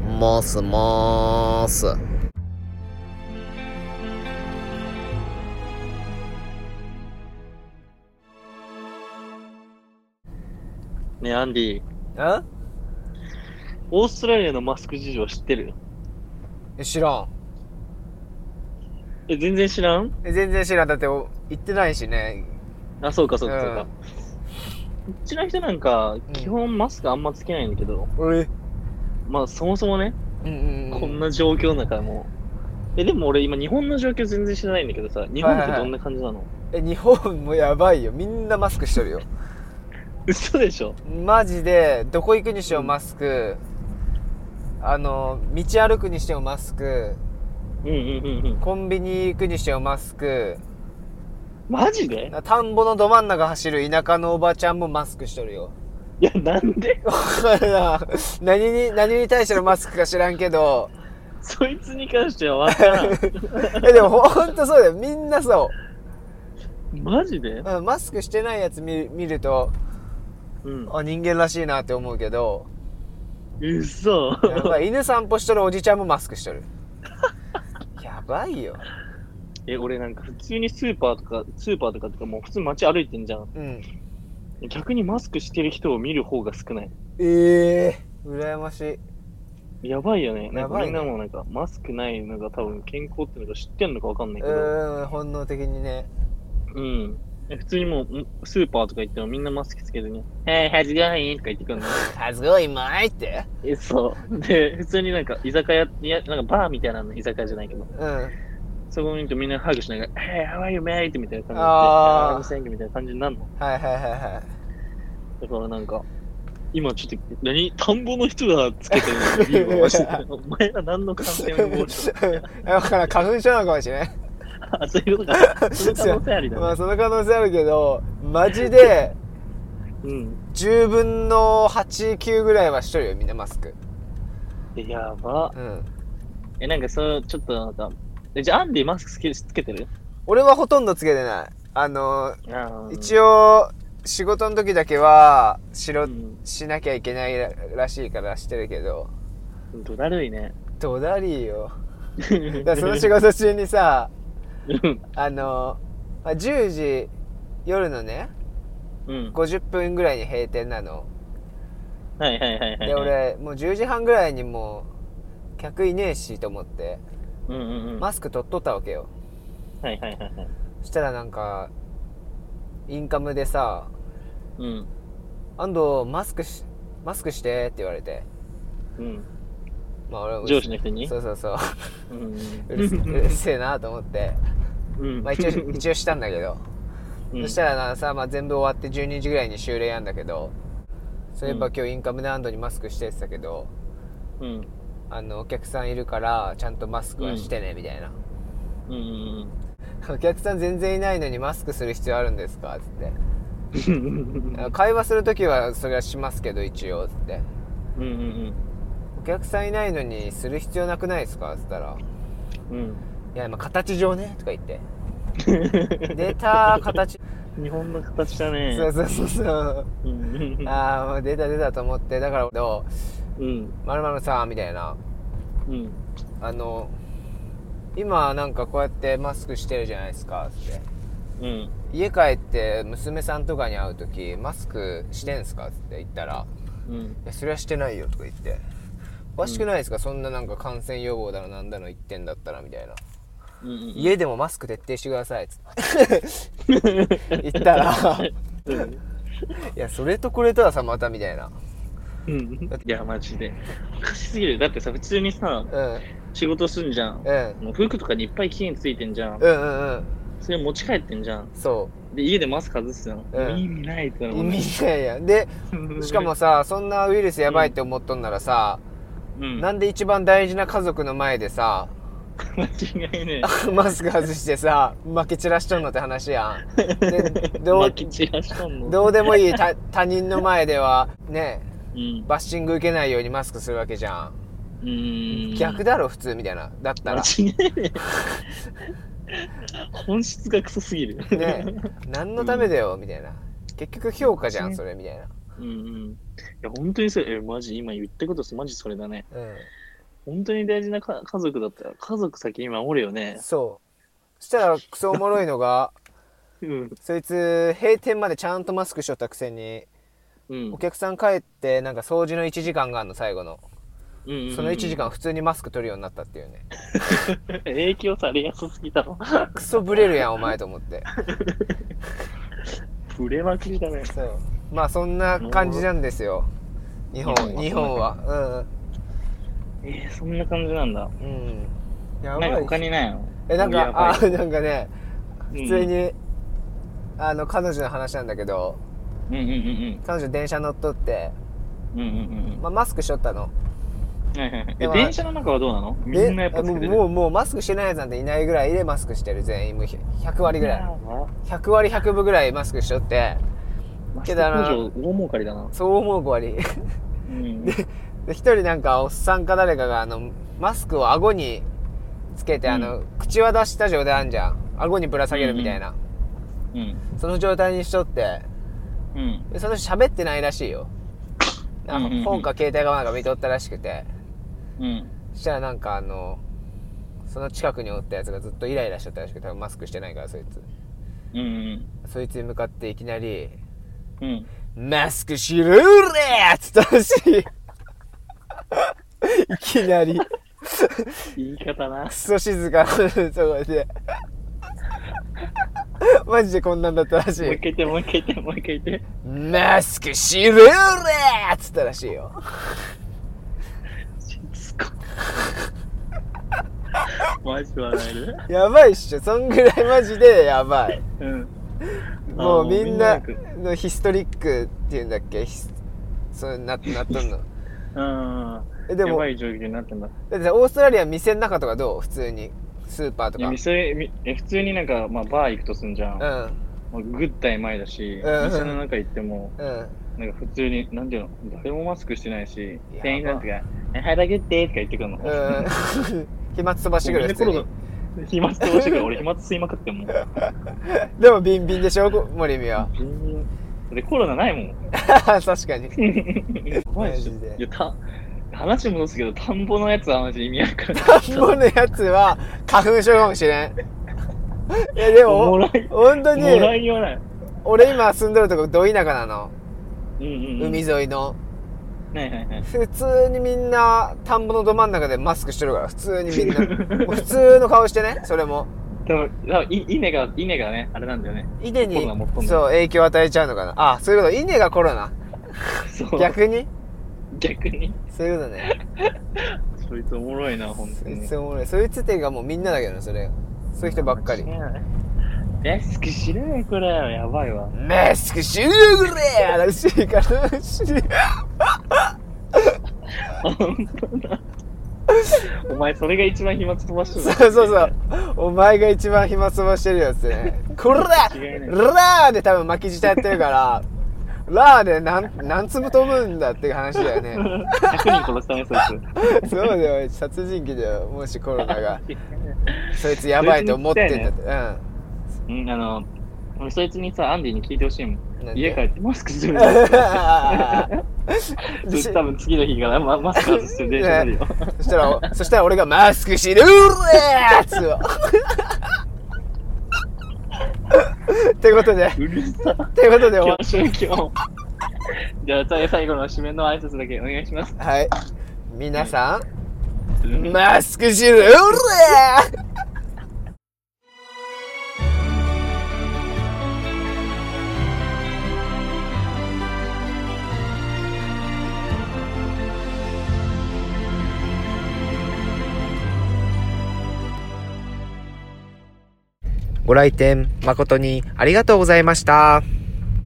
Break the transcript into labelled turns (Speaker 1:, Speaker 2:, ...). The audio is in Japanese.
Speaker 1: もーすもーす。
Speaker 2: ねえ、アンディ、
Speaker 3: え
Speaker 2: オーストラリアのマスク事情知ってる
Speaker 3: え知らん
Speaker 2: え、全然知らん
Speaker 3: え全然知らんだってお行ってないしね
Speaker 2: あ、そうか、そうか、
Speaker 3: うん
Speaker 2: そうか。うちの人なんか、
Speaker 3: ん
Speaker 2: 基本マスクあんまつけないんだけど、
Speaker 3: 俺
Speaker 2: まあ、そもそもね、
Speaker 3: うんうんうん
Speaker 2: こんな状況の中もう。え、でも俺今日本の状況全然知らないんだけどさ、日本ってどんな感じなの、
Speaker 3: え日本もやばいよみんなマスクしてるよ
Speaker 2: 嘘でしょ
Speaker 3: マジでどこ行くにしようマスクあの道歩くにしてもマスク
Speaker 2: うんうんうんうん。
Speaker 3: コンビニ行くにしてもマスク
Speaker 2: マジで
Speaker 3: 田んぼのど真ん中走る田舎のおばちゃんもマスクしとるよ
Speaker 2: いや、なんで
Speaker 3: 何に何に対してのマスクか知らんけど
Speaker 2: そいつに関してはわから ん。
Speaker 3: えでもほんとそうだよみんなそ
Speaker 2: マジで
Speaker 3: ううんマスクしてないやつ見見ると
Speaker 2: うん。
Speaker 3: あ人間らしいなって思うけど
Speaker 2: 嘘。
Speaker 3: や ばい犬散歩しとるおじちゃんもマスクしとる やばいよ
Speaker 2: え、俺なんか普通にスーパーとか、スーパーとかってかもう普通に街歩いてんじゃん。
Speaker 3: うん
Speaker 2: 逆にマスクしてる人を見る方が少ない。
Speaker 3: ええ羨ましい
Speaker 2: やばいよね。なんか
Speaker 3: やば
Speaker 2: み
Speaker 3: い
Speaker 2: ん
Speaker 3: ね
Speaker 2: なもなんかマスクないのが多分健康ってのが知ってんのかわかんないうけど。
Speaker 3: ーん本能的にね
Speaker 2: うん。え普通にもうんスーパーとか行ってもみんなマスクつけてね、Hey, how's it going? とか言ってく るの。
Speaker 3: 「はずごいまい」って
Speaker 2: え、そう。で、普通になんか居酒屋、いや、なんかバーみたいなの、居酒屋じゃないけど、
Speaker 3: うん
Speaker 2: そこに行くとみんなハグしながら、Hey, how are you, mate? みたいな感じで、
Speaker 3: あー
Speaker 2: I'm thank you みたいな感じになるの。
Speaker 3: はいはいはいはい
Speaker 2: だからなんか、今ちょっと、何田んぼの人がつけて る理由を教えてお前ら何の感染を予防し
Speaker 3: だから花粉症なのかもしれない
Speaker 2: たあ、そういうことか。その可能性あり だ
Speaker 3: ま
Speaker 2: ね。
Speaker 3: あその可能性あるけどマジで
Speaker 2: うん。
Speaker 3: 10分の89ぐらいはしとるよみんなマスク
Speaker 2: えやば。
Speaker 3: うん
Speaker 2: え、なんかそう、ちょっとなんか、え、じゃあアンディマスクつけつけてる
Speaker 3: 俺はほとんどつけてないあの
Speaker 2: あ
Speaker 3: 一応
Speaker 2: 応、
Speaker 3: 仕事の時だけはしろ
Speaker 2: うん
Speaker 3: しなきゃいけないららしいからしてるけど
Speaker 2: どだるいね。
Speaker 3: どだりー よだからその仕事中にさ
Speaker 2: うん。
Speaker 3: あのまあ10時夜のね
Speaker 2: うん。
Speaker 3: 50分ぐらいに閉店なの
Speaker 2: はいはいはいはい。
Speaker 3: で、俺もう10時半ぐらいにもう客いねえしと思って
Speaker 2: うんうんうん。
Speaker 3: マスク取っとったわけよ
Speaker 2: はいはいはいはい。
Speaker 3: そしたらなんかインカムでさ
Speaker 2: うん。
Speaker 3: 「安藤マスクしマスクして」って言われて、
Speaker 2: うん。
Speaker 3: まあ、俺はうる
Speaker 2: 上司の人に
Speaker 3: そうそうそう
Speaker 2: うん。
Speaker 3: うるせうるせえなと思 って、
Speaker 2: うん。
Speaker 3: まあ、一応一応したんだけど、
Speaker 2: うん
Speaker 3: そしたらなさ、まあ、全部終わって12時ぐらいに終礼やんだけどそういえば今日インカムで安藤にマスクしてってたけど、
Speaker 2: うん。
Speaker 3: あのお客さんいるからちゃんとマスクはしてねみたいな、
Speaker 2: うんうん
Speaker 3: お客さん全然いないのにマスクする必要あるんですか?」っつって
Speaker 2: うん。
Speaker 3: 「会話する時はそれはしますけど一応」っつって
Speaker 2: うんうん
Speaker 3: 「お客さんいないのにする必要なくないですか?」っつったら「
Speaker 2: うん。うん。
Speaker 3: いやまあ形上ね」とか言 って「出た形」
Speaker 2: 日本の形だね。
Speaker 3: そうそうそうそう
Speaker 2: うん。
Speaker 3: ああもう出た出たと思ってだからど
Speaker 2: うん。
Speaker 3: う「まるまるさん」みたいな
Speaker 2: うん。
Speaker 3: あの今なんかこうやってマスクしてるじゃないですかっつって
Speaker 2: うん。
Speaker 3: 家帰って娘さんとかに会う時マスクしてんすか?」っつって言ったら
Speaker 2: うん。
Speaker 3: いやそれはしてないよとか言っておかしくないですか、そんななんか感染予防だのなんだの言ってんだったらみたいな、
Speaker 2: うん。
Speaker 3: 家でもマスク徹底してくださいっつ って言ったら
Speaker 2: うん。
Speaker 3: いやそれとこれとはさまたみたいな
Speaker 2: うん。いや、マジで。おかしすぎる。だってさ、普通にさ、
Speaker 3: うん
Speaker 2: 仕事すんじゃん。
Speaker 3: うん
Speaker 2: もう服とかにいっぱい期限ついてんじゃん。
Speaker 3: うんうんうん
Speaker 2: それ持ち帰ってんじゃん。
Speaker 3: そ
Speaker 2: で、家でマスク外すじゃん。
Speaker 3: うん
Speaker 2: 意味ないって
Speaker 3: う
Speaker 2: な
Speaker 3: 意味ないやんで
Speaker 2: る
Speaker 3: しかも、さそんなウイルスやばいって思っとんならさ、
Speaker 2: うん。
Speaker 3: なんで一番大事な家族の前でさ
Speaker 2: 間違いね
Speaker 3: マスク外してさ負け散らしとんのって話や んで
Speaker 2: え。
Speaker 3: どう
Speaker 2: 巻き散らしたんの。
Speaker 3: どうでもいい他他人の前ではね
Speaker 2: うん。
Speaker 3: バッシング受けないようにマスクするわけじゃん、
Speaker 2: うん。
Speaker 3: 逆だろ普通みたいなだ ったら
Speaker 2: 間違いねえ。本質がクソすぎる。
Speaker 3: ねえ何のためだよ、みたいな結局評価じゃ
Speaker 2: うんん
Speaker 3: それみたいな
Speaker 2: うんうん。いや、本当にそれ、え、マジ、今言ったことす、マジそれだね。
Speaker 3: うん
Speaker 2: 本当に大事なか家族だったら、家族先に守るよね。
Speaker 3: そうそしたらクソおもろいのが
Speaker 2: うん。
Speaker 3: そいつ閉店までちゃんとマスクしとったくせに
Speaker 2: うん
Speaker 3: お。客さん帰ってなんか掃除の1時間があるの最後の
Speaker 2: うん
Speaker 3: その1時間。普通にマスク取るようになったっていうね
Speaker 2: 影響されやすすぎだろ。
Speaker 3: クソブレるやんお前と思 って
Speaker 2: 触れまくりだね。
Speaker 3: そうまあそんな感じなんですよ日本日
Speaker 2: 日
Speaker 3: 本
Speaker 2: 本
Speaker 3: は
Speaker 2: えー、そんな感じなんだ。
Speaker 3: うんうんや
Speaker 2: なんか他にないの
Speaker 3: えなん
Speaker 2: やば
Speaker 3: か
Speaker 2: い
Speaker 3: あなんかね普通
Speaker 2: に。
Speaker 3: に、あの彼女の話なんだけど
Speaker 2: うんうんうん
Speaker 3: 彼女電車乗っとって、
Speaker 2: うん。うんうんうんうん。
Speaker 3: まあ、マスクしとったの
Speaker 2: はいはいはい
Speaker 3: で
Speaker 2: え、
Speaker 3: も
Speaker 2: 電車の中はどうなのみんなやっぱつ
Speaker 3: も
Speaker 2: け
Speaker 3: う
Speaker 2: てる。
Speaker 3: もうもうマスクしてないやつなんていないぐらいでマスクしてる全員もう100割ぐらい
Speaker 2: い。
Speaker 3: 100割100分ぐらいマスクしとってけ
Speaker 2: け
Speaker 3: ど
Speaker 2: ど
Speaker 3: あの
Speaker 2: な。工場大儲かりだな。
Speaker 3: そう思う5割で
Speaker 2: うん。
Speaker 3: 一人なんかおっさんか誰かがあのマスクを顎につけて、あの口は出した状態あんじゃん顎にぶら下げるみたいな、
Speaker 2: うん。
Speaker 3: その状態にしとって
Speaker 2: うん。
Speaker 3: でその人喋ってないらしいよなんか
Speaker 2: うんうんうん
Speaker 3: 本か携帯かなんか見とったらしくて
Speaker 2: うん。
Speaker 3: そしたらなんかあのその近くにおったやつがずっとイライラしとったらしくて多分マスクしてないからそいつ
Speaker 2: うんうん
Speaker 3: そいつに向かっていきなり
Speaker 2: うん。う
Speaker 3: 「
Speaker 2: ん。
Speaker 3: マスクしろーれ!」っつったらしいい きなりク
Speaker 2: 言い方な。
Speaker 3: ソ静かなとこで マジでこんなんだったらし
Speaker 2: もう一回
Speaker 3: い
Speaker 2: 言って、もう一回言って、もう一回言って。
Speaker 3: 「マスクしろーれ!」っつったらしいよ
Speaker 2: しつこ。マジ笑える
Speaker 3: やばいっしょそんぐらいマジでやばい
Speaker 2: うん。あ
Speaker 3: もうみんな
Speaker 2: もうみんな
Speaker 3: のヒストリックっていうんだっけヒスそうななっとんの
Speaker 2: うん。
Speaker 3: えで
Speaker 2: や
Speaker 3: も
Speaker 2: ばい状況になってんだ。
Speaker 3: だってさオーストラリア店の中とかどう普通にスーパーと
Speaker 2: いや
Speaker 3: か
Speaker 2: 店みえ普通になんか、まあ、バー行くとすんじゃん。
Speaker 3: う
Speaker 2: まあ、グッタイ前だし、
Speaker 3: うん
Speaker 2: 店の中行っても、
Speaker 3: んうん
Speaker 2: なんか普通に、なんていうの、誰もマスクしてないし
Speaker 3: やば、
Speaker 2: 店員さんとか、え肌グッデーとか言ってくるの。
Speaker 3: うん 飛沫飛ばしてくる普通
Speaker 2: みんな
Speaker 3: に
Speaker 2: コロナ飛沫飛ばしてくる。俺飛沫吸いまくってもう。
Speaker 3: でもビンビンでしょ森美は
Speaker 2: ビンビンで、コロナないもん。
Speaker 3: 確かに
Speaker 2: やばいっしょ
Speaker 3: マジで
Speaker 2: いやた話戻すけど、田んぼのやつはマジ意味わかんない。
Speaker 3: 田んぼのやつは花粉症かもしれんいやで
Speaker 2: おも
Speaker 3: も
Speaker 2: らい、
Speaker 3: 本当に
Speaker 2: もらいようない。
Speaker 3: 俺今住んでるとこど田舎なの
Speaker 2: うんうん、うん。
Speaker 3: 海沿いの
Speaker 2: はいはいはい。
Speaker 3: 普通にみんな田んぼのど真ん中でマスクしてるから普通にみんなもう普通の顔してねそれも
Speaker 2: でも、多分い稲が、稲がね、あれなんだよね。
Speaker 3: 稲
Speaker 2: コ
Speaker 3: に
Speaker 2: ロナもっとも
Speaker 3: そう影響を与えちゃうのかなあそういうこと稲がコロナ
Speaker 2: そう。逆
Speaker 3: 逆に
Speaker 2: に。
Speaker 3: そういうことね
Speaker 2: そいつおもろいな、本当
Speaker 3: そい
Speaker 2: に。
Speaker 3: つおもろいそいつっていうかもうみんなだけどねそれそういう人ばっかり
Speaker 2: デスク知らないこれやばいわ。
Speaker 3: マスクしゅうぐれやらしいからしい
Speaker 2: 本当だ。お前、それが一番飛沫飛ばして
Speaker 3: そう
Speaker 2: る。
Speaker 3: そうそう。お前が一番暇つばしてるやつねこら
Speaker 2: 違いない
Speaker 3: らーで多分巻き舌やってるかららーで何何粒飛ぶんだっていう話だよね
Speaker 2: 100人殺したね、そい
Speaker 3: そうだよ、殺人鬼だよ、もしコロナが。
Speaker 2: つ。
Speaker 3: そいつやばいと思ってんだって。
Speaker 2: うん、あの、俺そいつにさ、アンディに聞いてほしいも
Speaker 3: なん
Speaker 2: ん。
Speaker 3: で
Speaker 2: 家帰ってマスクす る
Speaker 3: うん
Speaker 2: だよ。
Speaker 3: ん。
Speaker 2: そいつ多分次の日からママスク外して電車乗 るよ。
Speaker 3: そしたら、そしたら俺がマスクしてるうれーっつ うわってことで、
Speaker 2: うるさ。
Speaker 3: ってことで、お
Speaker 2: 今日、今日。 じゃあ、さ最後の締めの挨拶だけお願いします。
Speaker 3: はい。皆さん、
Speaker 2: ま
Speaker 3: マスクしてるうれーご来店誠にありがとうございました。